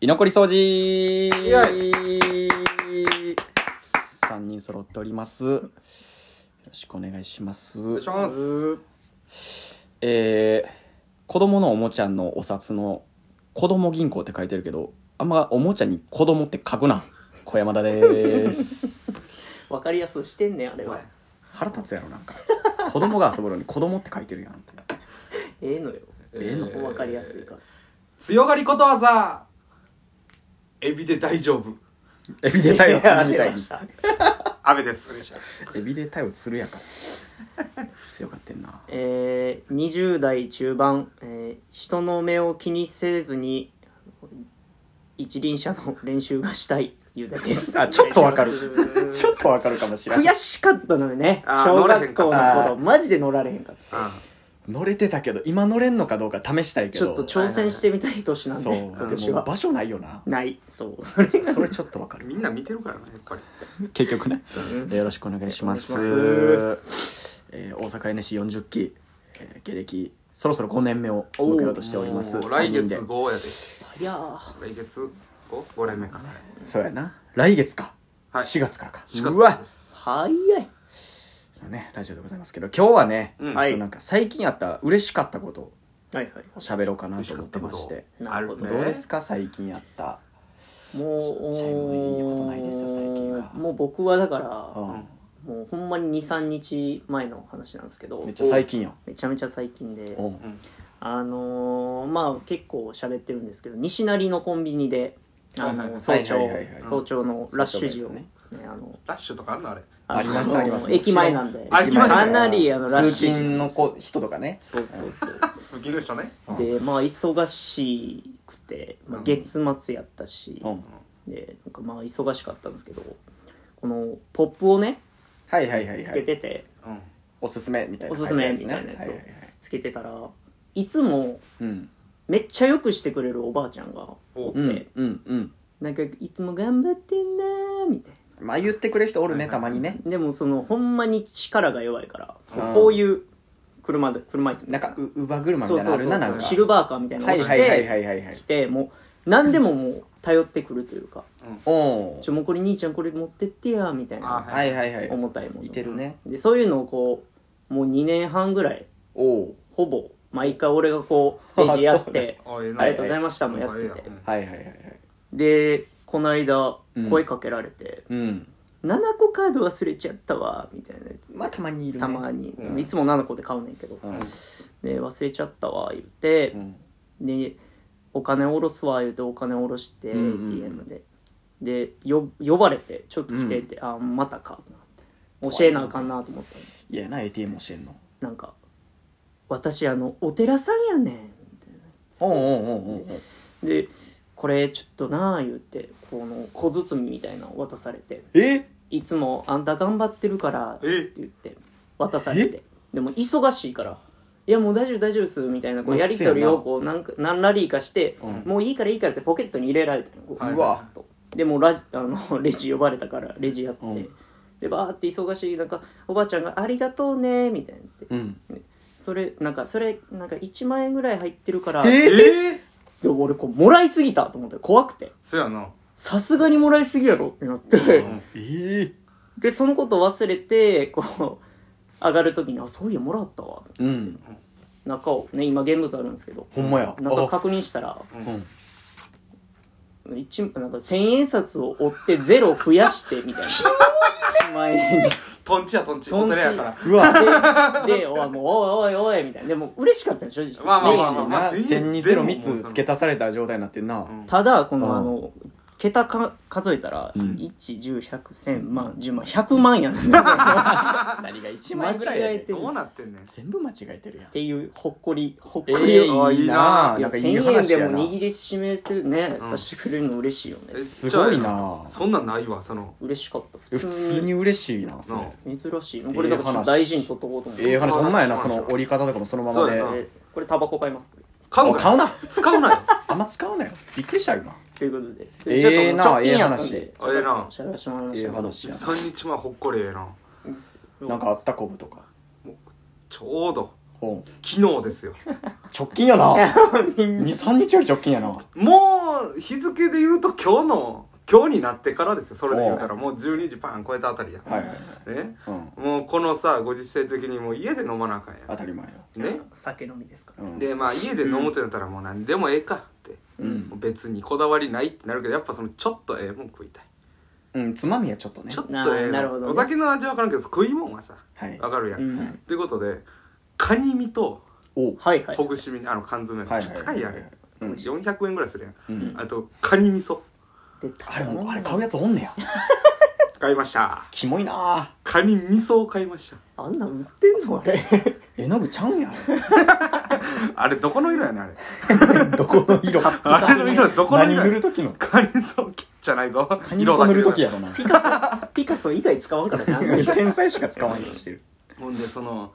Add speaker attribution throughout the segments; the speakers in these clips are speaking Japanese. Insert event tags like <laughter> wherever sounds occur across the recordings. Speaker 1: 居残り掃除
Speaker 2: イエ
Speaker 1: 三人揃っております。よろしくお願いします。お願
Speaker 2: いします。
Speaker 1: えー、子供のおもちゃのお札の子供銀行って書いてるけど、あんまおもちゃに子供って書くな。小山田です。
Speaker 3: わかりやすくしてんねんあれは
Speaker 1: <laughs> 腹立つやろなんか。子供が遊ぶのに子供って書いてるやんって。 <laughs>
Speaker 3: ええのよ
Speaker 1: ええの
Speaker 3: わかりやすいから
Speaker 2: 強がりことわざエビで大丈夫
Speaker 1: エビでタイを釣るみ
Speaker 3: 出
Speaker 1: たい
Speaker 3: ま
Speaker 1: に
Speaker 3: し。た
Speaker 2: 阿部ですお願いします
Speaker 1: エビでタイを釣るやから。強がってんな。
Speaker 3: えー、20代中盤、えー人の目を気にせずに一輪車の練習がしたいゆう
Speaker 1: <laughs>
Speaker 3: だです
Speaker 1: あちょっとわかる
Speaker 3: お願いします
Speaker 1: ちょっとわかるかもしれない。
Speaker 3: 悔しかったのよね
Speaker 2: あー
Speaker 3: 小学
Speaker 2: 乗
Speaker 3: 校
Speaker 1: らへんかっ
Speaker 3: の
Speaker 1: た
Speaker 3: 頃マジで乗られへんかった
Speaker 1: 乗れてたけど今乗れんのかどうか試したいけ
Speaker 3: ちょ
Speaker 1: ど
Speaker 3: っと挑戦してみたい年なんで、
Speaker 1: そうで
Speaker 3: 私
Speaker 1: も
Speaker 3: は
Speaker 1: 場所ないよな
Speaker 3: ない
Speaker 1: <laughs>
Speaker 3: そう
Speaker 1: それちょっとわかる
Speaker 2: みんな見てるからねやっぱり
Speaker 1: <laughs> 結局ね
Speaker 3: ん
Speaker 1: よろしくお願いします
Speaker 3: お願
Speaker 1: えー大阪 NC40 期、えー、芸歴そろそろ5年目を迎えようとしております
Speaker 2: もう
Speaker 1: 三
Speaker 2: 来
Speaker 1: 人で
Speaker 2: 月号やで
Speaker 3: いやー
Speaker 2: 来月号5連目か
Speaker 1: そうやな来月か、
Speaker 2: はい
Speaker 1: 4月からか
Speaker 2: 四月
Speaker 1: うわ
Speaker 2: です
Speaker 3: 早い
Speaker 1: ねラジオでございますけど今日はね、
Speaker 2: うん
Speaker 3: はい
Speaker 1: そうなんか最近あった嬉しかったこと
Speaker 3: はい
Speaker 1: を喋ろうかなと思ってまして
Speaker 3: なるほど
Speaker 1: どうですか最近あった、
Speaker 3: もう
Speaker 1: ちっちゃいのにいいことないですよ最近は
Speaker 3: もう僕はだから
Speaker 1: うん
Speaker 3: もうほんまに23日前の話なんですけど
Speaker 1: めっちゃ最近やん
Speaker 3: めちゃめちゃ最近で
Speaker 1: うん
Speaker 3: あのーまあ結構喋ってるんですけど西成のコンビニであ
Speaker 2: はいはいは
Speaker 3: の
Speaker 2: い
Speaker 3: 早朝
Speaker 1: はいはいはい
Speaker 3: 早朝のラッシュ時を
Speaker 1: うん
Speaker 3: ねあの
Speaker 2: ラッシュとかあんのあれ
Speaker 1: あります
Speaker 3: の
Speaker 1: あります
Speaker 3: 駅前なんで
Speaker 2: あ駅前
Speaker 3: かなりあのラッ
Speaker 1: 通
Speaker 3: シュ
Speaker 1: 勤
Speaker 3: 時
Speaker 1: の子人とかね
Speaker 3: そうそうそう
Speaker 2: 次の人ね
Speaker 3: でまあ忙しくて、まあ、月末やったし、
Speaker 1: うん
Speaker 3: でなんかまあ忙しかったんですけどこのポップをね
Speaker 1: はいはいはい
Speaker 3: つ
Speaker 1: は
Speaker 3: け
Speaker 1: い
Speaker 3: てて、
Speaker 2: うん
Speaker 1: おすすめみたいな
Speaker 3: おすすめみた
Speaker 1: はい
Speaker 3: なやつを
Speaker 1: はいはい
Speaker 3: つけてたらいつも
Speaker 1: うん
Speaker 3: めっちゃよくしてくれるおばあちゃんがおって、
Speaker 1: うんうんうん
Speaker 3: なんかいつも頑張ってんなーみたい
Speaker 1: まあ言ってくれる人おるね
Speaker 2: はいは
Speaker 1: た
Speaker 2: い
Speaker 1: まにね
Speaker 3: なでもそのほんまに力が弱いから、
Speaker 1: うん
Speaker 3: こういう車で車椅子
Speaker 1: なん
Speaker 3: みたい
Speaker 1: かう乳母車みたいなのあるななんか
Speaker 3: シルバーカーみたいなの
Speaker 1: は
Speaker 3: を
Speaker 1: い
Speaker 3: し
Speaker 1: はいはい
Speaker 3: て
Speaker 1: はいはいはい
Speaker 3: 来てもう何でももう頼ってくるというか
Speaker 1: お
Speaker 3: 「
Speaker 1: ー
Speaker 3: ちょもうこれ兄ちゃんこれ持ってってや」みたい
Speaker 2: あ
Speaker 3: な
Speaker 1: はいはいはい
Speaker 3: 重たいもの
Speaker 1: いてるね
Speaker 3: でそういうのをこうもう2年半ぐらい
Speaker 1: おお
Speaker 3: ほぼ毎回俺がこうレジやっ
Speaker 1: <laughs> そう
Speaker 3: て
Speaker 2: あええ
Speaker 3: 「
Speaker 2: な
Speaker 3: ありがとうございました」もやって
Speaker 2: なんかえ
Speaker 3: て
Speaker 2: えやん
Speaker 1: はいはいはいはい
Speaker 3: でこの間
Speaker 1: うん
Speaker 3: 声かけられて
Speaker 1: うん
Speaker 3: 「7個カード忘れちゃったわ」みたいなやつ
Speaker 1: まあたまにいるね
Speaker 3: たまに、
Speaker 2: うん
Speaker 3: いつも7個で買うねんけど
Speaker 1: うん
Speaker 3: 「で忘れちゃったわ」言って、
Speaker 1: うん
Speaker 3: で「お金おろすわ」言うてお金おろして
Speaker 1: うんうんうん
Speaker 3: ATM で、でよ呼ばれて「ちょっと来て」って「あまたか」と思って教えなあかんなと思ったの
Speaker 1: いやな ATM 教えんの
Speaker 3: なんか「私あのお寺さんやねん」みたいな
Speaker 1: おおおおお
Speaker 3: でこれちょっとなあ言ってこの小包みみたいなの渡されて
Speaker 1: え
Speaker 3: 「いつもあんた頑張ってるから」って
Speaker 2: え
Speaker 3: 言って渡されてでも忙しいから「いやもう大丈夫大丈夫です」みたいなこうやり取り
Speaker 1: まあ
Speaker 3: をこうなんか何ラリーかして
Speaker 1: うん
Speaker 3: 「もういいからいいから」ってポケットに入れられたのこ
Speaker 2: はいう
Speaker 1: わ
Speaker 3: ずっとでもうラジ <laughs> あのレジ呼ばれたからレジやって、
Speaker 1: うん
Speaker 3: でバーって忙しい中おばあちゃんが「ありがとうね」みたいなって
Speaker 1: うん
Speaker 3: それなんかそれなんか1万円ぐらい入ってるから
Speaker 1: え
Speaker 2: ええ
Speaker 3: で俺こうもらいすぎたと思って怖くて
Speaker 2: そやな
Speaker 3: さすがにもらいすぎやろってなって
Speaker 2: ん
Speaker 1: ええ
Speaker 3: でそのこと忘れてこう上がる時に「あそういやもらったわ
Speaker 1: うん」
Speaker 3: 中をね今現物あるんですけど
Speaker 1: ほんまや
Speaker 3: 中
Speaker 1: あ
Speaker 3: 確認したら
Speaker 1: うん
Speaker 3: 一なんか千円札を折ってゼロ増やしてみたいな1万円にして
Speaker 2: トンチやトンチ
Speaker 3: トンチ
Speaker 2: お寺やから
Speaker 1: うわ <laughs>
Speaker 3: ででおいもうおいおいおいみたいなでも嬉しかったよ正直、
Speaker 2: まあまあまあま
Speaker 1: な
Speaker 2: あ1000
Speaker 1: 1000にゼロ3つ付け足された状態になってんな
Speaker 2: うん
Speaker 3: ただこの、
Speaker 1: うん
Speaker 3: あの桁か数えたら、
Speaker 1: うん
Speaker 3: 一十1 0 0 1 0 0万10万100万やね
Speaker 1: 何が一
Speaker 3: 枚ぐらいやねん
Speaker 2: どうなってんねん
Speaker 1: 全部間違えてるやん
Speaker 3: っていうほっ
Speaker 1: <laughs>
Speaker 3: こりほっこ
Speaker 1: え
Speaker 3: りを、
Speaker 2: あ
Speaker 1: ー、い
Speaker 2: い
Speaker 1: い
Speaker 2: い
Speaker 1: な
Speaker 2: な
Speaker 3: 1000
Speaker 1: なんかいい話
Speaker 3: 円で
Speaker 1: や
Speaker 3: も
Speaker 1: な
Speaker 3: 握りしめてね、
Speaker 2: うん
Speaker 3: さしてくれるの嬉しいよね
Speaker 2: え
Speaker 1: すごいな
Speaker 2: そんなんないわその
Speaker 3: 嬉しかった
Speaker 1: 普通に嬉しいなそれ
Speaker 2: な
Speaker 3: 珍しいこれだからちょっと大事に取っとこうと思っ
Speaker 1: ええ
Speaker 3: て、
Speaker 1: 話ほんまやなそ
Speaker 2: そう
Speaker 1: の折り方とかもそのまま
Speaker 2: そう
Speaker 1: で
Speaker 2: やな
Speaker 3: でこれタバコ買います
Speaker 2: 買
Speaker 1: お
Speaker 2: うな
Speaker 1: 買うな
Speaker 2: 使うなよ
Speaker 1: あんま使うなよびっくりした今
Speaker 3: ということで
Speaker 1: ええ
Speaker 3: ちょっともう
Speaker 1: な
Speaker 3: 直近やったんで
Speaker 1: え
Speaker 2: え話
Speaker 3: ちょっと
Speaker 2: ええな
Speaker 3: しゃらしてもらいま
Speaker 1: え
Speaker 3: した
Speaker 1: え
Speaker 3: けど
Speaker 1: 話や
Speaker 2: 3日前ほっこりええな
Speaker 1: ななんかあったこぶとか
Speaker 2: ちょうど
Speaker 1: うん
Speaker 2: 昨日ですよ
Speaker 1: 直近やな
Speaker 3: <laughs> みんな
Speaker 1: 23日より直近やな
Speaker 2: もう日付で言うと今日の今日になってからですよそれで言うたらもう12時パン超えたあたりや、
Speaker 1: はいはい
Speaker 2: ね
Speaker 1: うん
Speaker 2: もうこのさご時世的にもう家で飲まなあかん
Speaker 1: 当
Speaker 2: や
Speaker 1: たり前よ、
Speaker 2: んね
Speaker 3: 酒飲みですから、
Speaker 1: うん、
Speaker 2: でまあ家で飲むってなったらもう何でもええかって、
Speaker 1: うん
Speaker 2: もう別にこだわりないってなるけどやっぱそのちょっとええもん食いたい、
Speaker 1: うん、つまみはちょっとね
Speaker 2: ちょっと
Speaker 3: あ
Speaker 2: ええ
Speaker 3: ーなるほ
Speaker 2: の、
Speaker 3: どね
Speaker 2: お酒の味は分からんけど食いもんはさ
Speaker 1: はい
Speaker 2: 分かるやん、
Speaker 3: うん
Speaker 2: っていうことでカニ身と
Speaker 1: おう
Speaker 3: はいはい
Speaker 2: ほぐし身ねあの缶詰の、
Speaker 1: はい
Speaker 2: ちょっと
Speaker 1: は
Speaker 2: 高い
Speaker 1: い
Speaker 2: や
Speaker 1: は
Speaker 2: ん、
Speaker 1: いうん
Speaker 2: 400円ぐらいするやん、
Speaker 1: うん
Speaker 2: あとカニ味噌
Speaker 3: 出た
Speaker 1: あれもあれ買うやつおんねや
Speaker 2: 買いました
Speaker 1: キモいなあ
Speaker 2: カニ味噌を買いました
Speaker 3: あんなん売ってんのあれ
Speaker 1: <laughs> 絵の具ちゃうんや
Speaker 2: あれどこの色やねんあれ
Speaker 1: どこの色
Speaker 2: あれの色どこの
Speaker 1: 何
Speaker 2: 色
Speaker 1: 塗
Speaker 2: や
Speaker 1: る時の
Speaker 2: カニ味噌切っちゃないぞ
Speaker 1: カニ味噌塗る時やろな
Speaker 3: ピカソピカソ以外使わ
Speaker 1: <laughs>
Speaker 3: んからな
Speaker 1: 天才しか使わんようにしてる
Speaker 2: ほんでその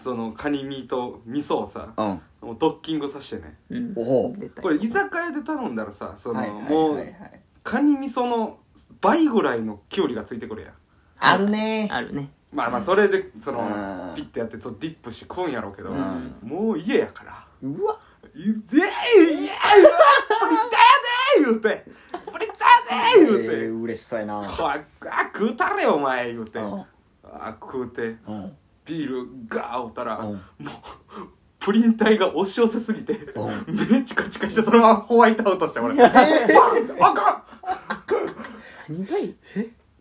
Speaker 2: そのカニ身と味噌をさ
Speaker 1: うん
Speaker 2: もうドッキングさしてね
Speaker 3: うん
Speaker 1: おお
Speaker 3: 出た
Speaker 2: これ居酒屋で頼んだらさその、
Speaker 1: はいはいはい
Speaker 2: も
Speaker 1: は
Speaker 2: う
Speaker 1: い
Speaker 2: カニ味噌の倍ぐらいのきゅうりがついてくるやん
Speaker 1: あるね
Speaker 3: あるね
Speaker 2: まあまあそれでその、
Speaker 1: うん
Speaker 2: ピッてやってそのディップして食うんやろうけど、
Speaker 1: うん
Speaker 2: もう家やから
Speaker 1: うわ
Speaker 2: 「いぜーいやープリターでー!」言うて「プリターでー!」言うて、
Speaker 1: えー嬉しそうやな
Speaker 2: これあ食うたれお前言うて、
Speaker 1: うん
Speaker 2: あ食うて
Speaker 1: うん
Speaker 2: ビールガーおったら、
Speaker 1: うん
Speaker 2: もうプリン体が押し寄せすぎて、
Speaker 1: う
Speaker 2: 目チカチカしてそのままホワイトアウトして俺、バンってあかん
Speaker 3: 何がいい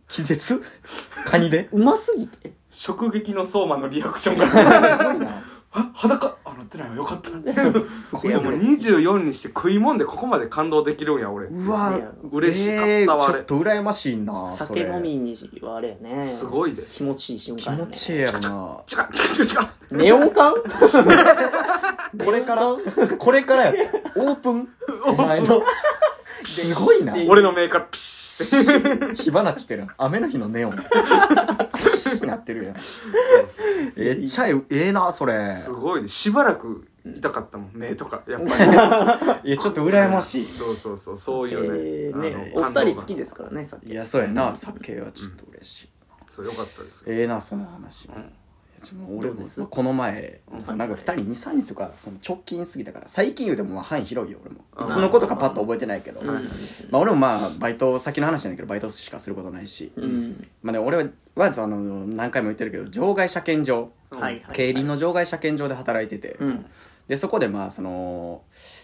Speaker 1: 気絶カニで
Speaker 3: うますぎて
Speaker 2: 食撃の相馬のリアクショ
Speaker 1: <laughs>
Speaker 2: ンが
Speaker 1: すごいな
Speaker 2: あ裸あなってないわよかった
Speaker 3: ごい
Speaker 2: これもう24にして食いもんでここまで感動できるんや俺
Speaker 1: うわ
Speaker 2: 嬉しかったわあ
Speaker 1: ち
Speaker 2: れ
Speaker 1: ょっと羨ましいなそ
Speaker 3: 酒
Speaker 1: れ
Speaker 3: 飲みにはあれやね
Speaker 2: すごいで
Speaker 3: 気持ちいい瞬
Speaker 1: 気
Speaker 3: 間や
Speaker 1: 持
Speaker 3: ね
Speaker 1: ちええやろな
Speaker 2: 違う違う違う違う
Speaker 3: ネオン缶
Speaker 1: これからこれからやオープンお前
Speaker 2: <laughs>
Speaker 1: のすごいな
Speaker 2: 俺の目からピシッ
Speaker 1: <laughs> 火花散ってる雨の日のネオン <laughs> なってるやんえっちゃえええなそれ
Speaker 2: すごいねしばらく痛かったもん目とかやっ
Speaker 1: <laughs>
Speaker 2: ぱ
Speaker 1: いやちょっと
Speaker 2: り
Speaker 1: 羨ましい
Speaker 2: そうそうそうそうい
Speaker 3: え
Speaker 2: うね,、
Speaker 3: ーねお二人好きですからねさっき
Speaker 1: いやそうやな酒はちょっと嬉しい
Speaker 2: そうよかったです
Speaker 1: ええなその話も
Speaker 2: うん
Speaker 1: いやちょもう俺
Speaker 3: どう
Speaker 1: も
Speaker 3: です
Speaker 1: まあこの前
Speaker 2: うん
Speaker 1: そうなんか2人23日とかその直近過ぎたから最近言うてもまあ範囲広いよ俺も
Speaker 2: あ
Speaker 1: いつのことかパッと覚えてないけど
Speaker 3: う
Speaker 1: ま
Speaker 3: ん
Speaker 1: あ俺もまあバイト先の話なんだけどバイトしかすることないし
Speaker 3: うん
Speaker 1: まあね俺ははあの何回も言ってるけど場外車検場
Speaker 2: うん
Speaker 3: はいはい
Speaker 1: 競輪の場外車検場で働いてて
Speaker 3: うん
Speaker 1: でそこでまあその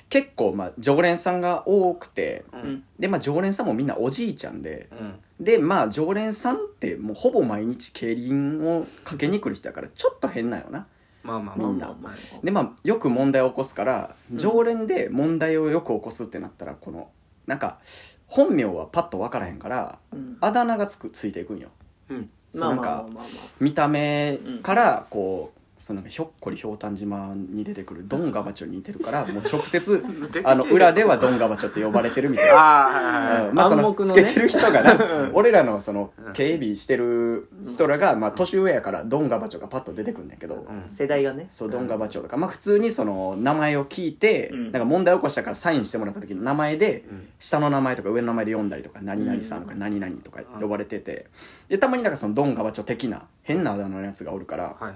Speaker 1: 結構まあ常連さんが多くて
Speaker 2: う
Speaker 3: うんん
Speaker 1: でまあ常連さんもみんなおじいちゃんで
Speaker 2: うん
Speaker 1: でまあ常連さんってもうほぼ毎日競輪をかけに来る人だからちょっと変なんよな
Speaker 2: まあまあ
Speaker 1: み
Speaker 2: まあ
Speaker 1: ん
Speaker 2: ま
Speaker 1: なでまあよく問題を起こすから常連で問題をよく起こすってなったらこのなんか本名はパッと分からへんから
Speaker 3: うん
Speaker 1: あだ名がつくついていくんよ
Speaker 2: あうん
Speaker 1: そうなん
Speaker 3: まあまあ
Speaker 1: か
Speaker 3: まあまあ
Speaker 1: 見た目からこう、そのなんかひょっこりひょうたん島に出てくるドンガバチョに似てるからもう直
Speaker 3: <laughs>
Speaker 1: 接あの裏ではドンガバチョって呼ばれてるみたいな。
Speaker 2: ああはいはいは
Speaker 1: うんまあそ
Speaker 3: 暗
Speaker 1: の
Speaker 3: 黙
Speaker 1: つ
Speaker 3: の
Speaker 1: け
Speaker 3: ね
Speaker 1: てる人がな俺らのその
Speaker 2: うん
Speaker 1: 警備してる人らがまあ年上やからドンガバチョがパッと出てくるんだけど
Speaker 2: いうん
Speaker 3: 世代がね
Speaker 1: そうドンガバチョとかまあ普通にその名前を聞いて
Speaker 3: うん
Speaker 1: なんか問題起こしたからサインしてもらった時の名前で
Speaker 2: うん
Speaker 1: 下の名前とか上の名前で読んだりとか何々さんとか何々とか呼ばれててでたまになんかそのドンガバチョ的な変なあだ名のやつがおるから
Speaker 2: はいはい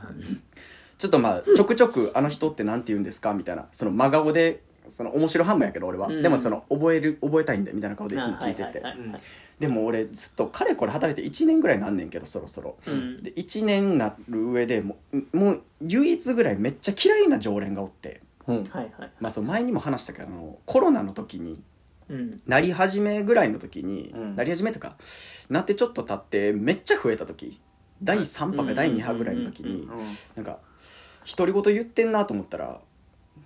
Speaker 1: ちょっとまあちょくちょく「あの人ってなんて言うんですか?」みたいなその真顔でその面白半分やけど俺は、
Speaker 3: うん
Speaker 1: でもその覚える覚えたいんだよみたいな顔でいつも聞いてて、
Speaker 3: あはいはいはい
Speaker 1: でも俺ずっとかれこれ働いて1年ぐらいなんねんけどそろそろ
Speaker 3: うん
Speaker 1: で1年なる上でもうもう唯一ぐらいめっちゃ嫌いな常連がおって、
Speaker 3: はいはい
Speaker 1: まあその前にも話したけどあのコロナの時に
Speaker 3: うん
Speaker 1: なり始めぐらいの時に、
Speaker 2: うん
Speaker 1: なり始めとかなってちょっと経ってめっちゃ増えた時第3波か第2波ぐらいの時に、
Speaker 3: うんうんうんうん
Speaker 1: なんか独り言言ってんなと思ったら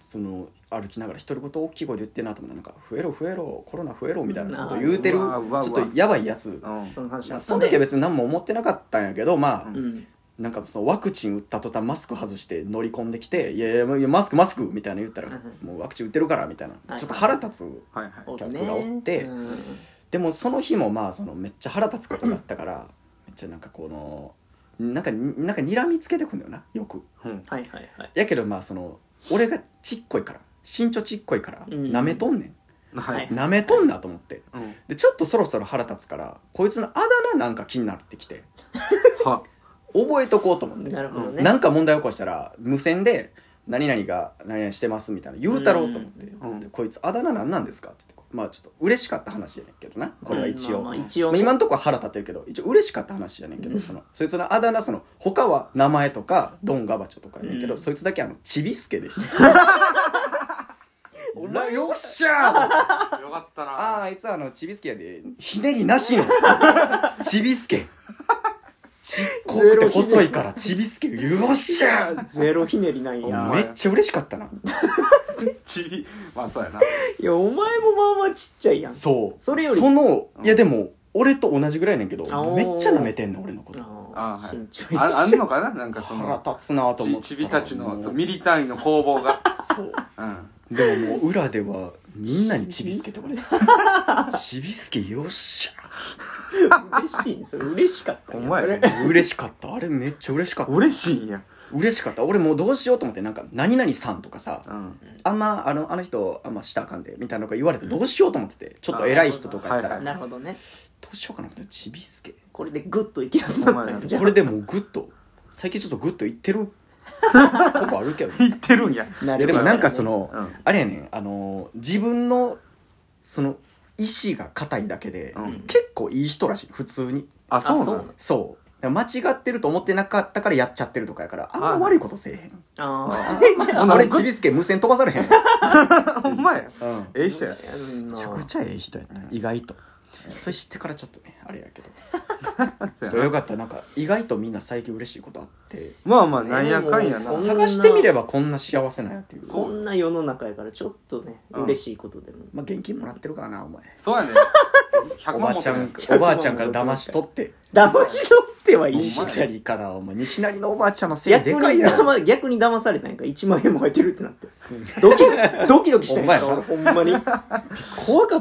Speaker 1: その歩きながら独り言大きい声で言ってんなと思ったらなんか増えろ増えろコロナ増えろみたいなこと言うてるち
Speaker 2: うわうわうわ
Speaker 1: ょっとやばいやつ
Speaker 2: うん
Speaker 3: その話
Speaker 1: ま
Speaker 3: は
Speaker 1: あその時は別に何も思ってなかったんやけどま
Speaker 2: う
Speaker 1: あ
Speaker 3: うん
Speaker 1: なんかそのワクチン打った途端マスク外して乗り込んできて「いやいやいやマスクマスク」みたいな言ったら
Speaker 3: うん
Speaker 1: 「もうワクチン打ってるから」みたい
Speaker 3: は
Speaker 1: ないちょっと腹立つ
Speaker 2: はいはい
Speaker 3: おる
Speaker 1: 客がおって
Speaker 3: ねうん
Speaker 1: でもその日もまあそのめっちゃ腹立つことがあったからめっちゃなんかこのなんかなんか睨みつけてくんだよなよく。
Speaker 2: うん
Speaker 3: はいはいはい
Speaker 1: やけどまあその俺がちっこいから身長ちっこいから
Speaker 3: うん
Speaker 1: なめとんねん、
Speaker 2: はい
Speaker 1: なめとんなと思って
Speaker 2: うん
Speaker 1: でちょっとそろそろ腹立つからこいつのあだ名なんか気になってきて
Speaker 2: は
Speaker 1: 覚えとこうと思って、
Speaker 3: なるほどね
Speaker 1: なんか問題起こしたら無線で「何々が何々してます」みたいな言うたろうと思って、
Speaker 2: うん
Speaker 1: でこいつあだ名なんなんですか?」って言ってこまあちょっと嬉しかった話やねんけどなこれは一応、
Speaker 3: まあまあ
Speaker 1: ま
Speaker 3: 一応
Speaker 1: あ
Speaker 3: ね
Speaker 1: 今んとこは腹立ってるけど一応嬉しかった話やねんけど、
Speaker 3: うん
Speaker 1: そのそいつのあだ名その他は名前とかドンガバチョとかやねんけど、
Speaker 3: うん
Speaker 1: そいつだけあのちびすけでした
Speaker 3: <laughs>
Speaker 1: おらよっしゃー
Speaker 2: よかったな
Speaker 1: あああいつはあのちびすけやでひねりな
Speaker 2: <laughs>
Speaker 1: しのちびすけちっこくて細いからちびすけよっしゃー
Speaker 3: ゼロひねりなんや
Speaker 1: めっちゃ嬉しかったな
Speaker 2: ちびまあそうやない
Speaker 3: やお前もまあまあちっちゃいやん
Speaker 1: そう
Speaker 3: それより
Speaker 1: その
Speaker 2: うん
Speaker 1: いやでも俺と同じぐらいねんけど
Speaker 3: ー
Speaker 1: めっちゃ舐めてんの俺のこと
Speaker 3: あ
Speaker 2: あ
Speaker 3: ー
Speaker 2: ー
Speaker 3: 身長
Speaker 1: <laughs>
Speaker 2: ああん
Speaker 3: 一緒
Speaker 2: のかななんかその
Speaker 1: 腹立つなと思っ
Speaker 2: ち
Speaker 1: て
Speaker 2: ちびたちの
Speaker 1: そ
Speaker 2: そうミリ単位の攻防が、
Speaker 1: そう
Speaker 2: うん、
Speaker 1: でももう裏ではみんなにちびすけとかれたちびすけよっしゃ
Speaker 3: <laughs> 嬉しいねそれ嬉しかったね
Speaker 2: ほんまや
Speaker 3: それ
Speaker 1: ー嬉しかったあれめっちゃ嬉しかった
Speaker 2: 嬉しいんや、
Speaker 1: 嬉しかった俺もうどうしようと思ってなんか何々さんとかさ
Speaker 2: うん、
Speaker 1: あんまあのあの人あんましたらあかんでみたいなのが言われてどうしようと思っててちょっと偉い人とかやったら
Speaker 2: あーは
Speaker 1: ど
Speaker 2: い
Speaker 3: なるほどね
Speaker 1: うしようかなと思ってちびすけ
Speaker 3: これでグッといきやすかったんじゃ
Speaker 1: これでもうグッと最近ちょっとグッといってるとこあるけどね
Speaker 2: 言ってるんや、
Speaker 3: ない
Speaker 1: や
Speaker 3: る
Speaker 1: で
Speaker 3: ほど
Speaker 1: も
Speaker 3: ね
Speaker 1: なんかその
Speaker 2: うん
Speaker 1: あれやねんあの自分のその意志が硬いだけで
Speaker 2: うん、
Speaker 1: 結構いい人らしい普通に
Speaker 2: あそうな
Speaker 3: そう
Speaker 2: の
Speaker 3: なの
Speaker 1: そう間違ってると思ってなかったからやっちゃってるとかやからあんま悪いことせえへん
Speaker 3: あ
Speaker 1: あ
Speaker 2: ほんなら
Speaker 1: 俺ちびすけ無線飛ばされへん、う
Speaker 2: ほんまや
Speaker 1: ん
Speaker 2: ええ人や
Speaker 3: ーうん
Speaker 1: め
Speaker 3: ま
Speaker 1: ちゃ
Speaker 3: あ
Speaker 1: くちゃええ人やった、
Speaker 2: うん
Speaker 1: 意外とそれ知ってからちょっとねあれやけどちょっ
Speaker 2: そ
Speaker 1: と
Speaker 2: うや
Speaker 1: よ
Speaker 2: な
Speaker 1: かったなんか意外とみんな最近嬉しいことあって
Speaker 2: まあまあなんやかんや
Speaker 3: う
Speaker 2: な
Speaker 3: こん
Speaker 1: 探してみればこんな幸せなんやっていう
Speaker 2: そ
Speaker 3: こんな世の中やからちょっとね
Speaker 2: うん
Speaker 3: 嬉しいことでも
Speaker 1: まあ現金もらってるからなお前
Speaker 2: そう
Speaker 1: <laughs>
Speaker 2: やね100
Speaker 1: お
Speaker 2: 万
Speaker 1: ばあ
Speaker 2: 持っ
Speaker 1: ち
Speaker 2: て
Speaker 1: ゃ
Speaker 2: る
Speaker 1: んおばあちゃんから騙し取って
Speaker 3: 騙し取ってはいいし
Speaker 2: ほんまや
Speaker 1: 西成からお前西成のおばあちゃんのせい
Speaker 3: 逆
Speaker 1: で
Speaker 3: に
Speaker 1: かいやろ
Speaker 3: 騙逆に騙されたんやから1万円も入ってるってなってドキドキドキドキしたんやから
Speaker 1: ほん <laughs>
Speaker 3: 俺ほんまに怖か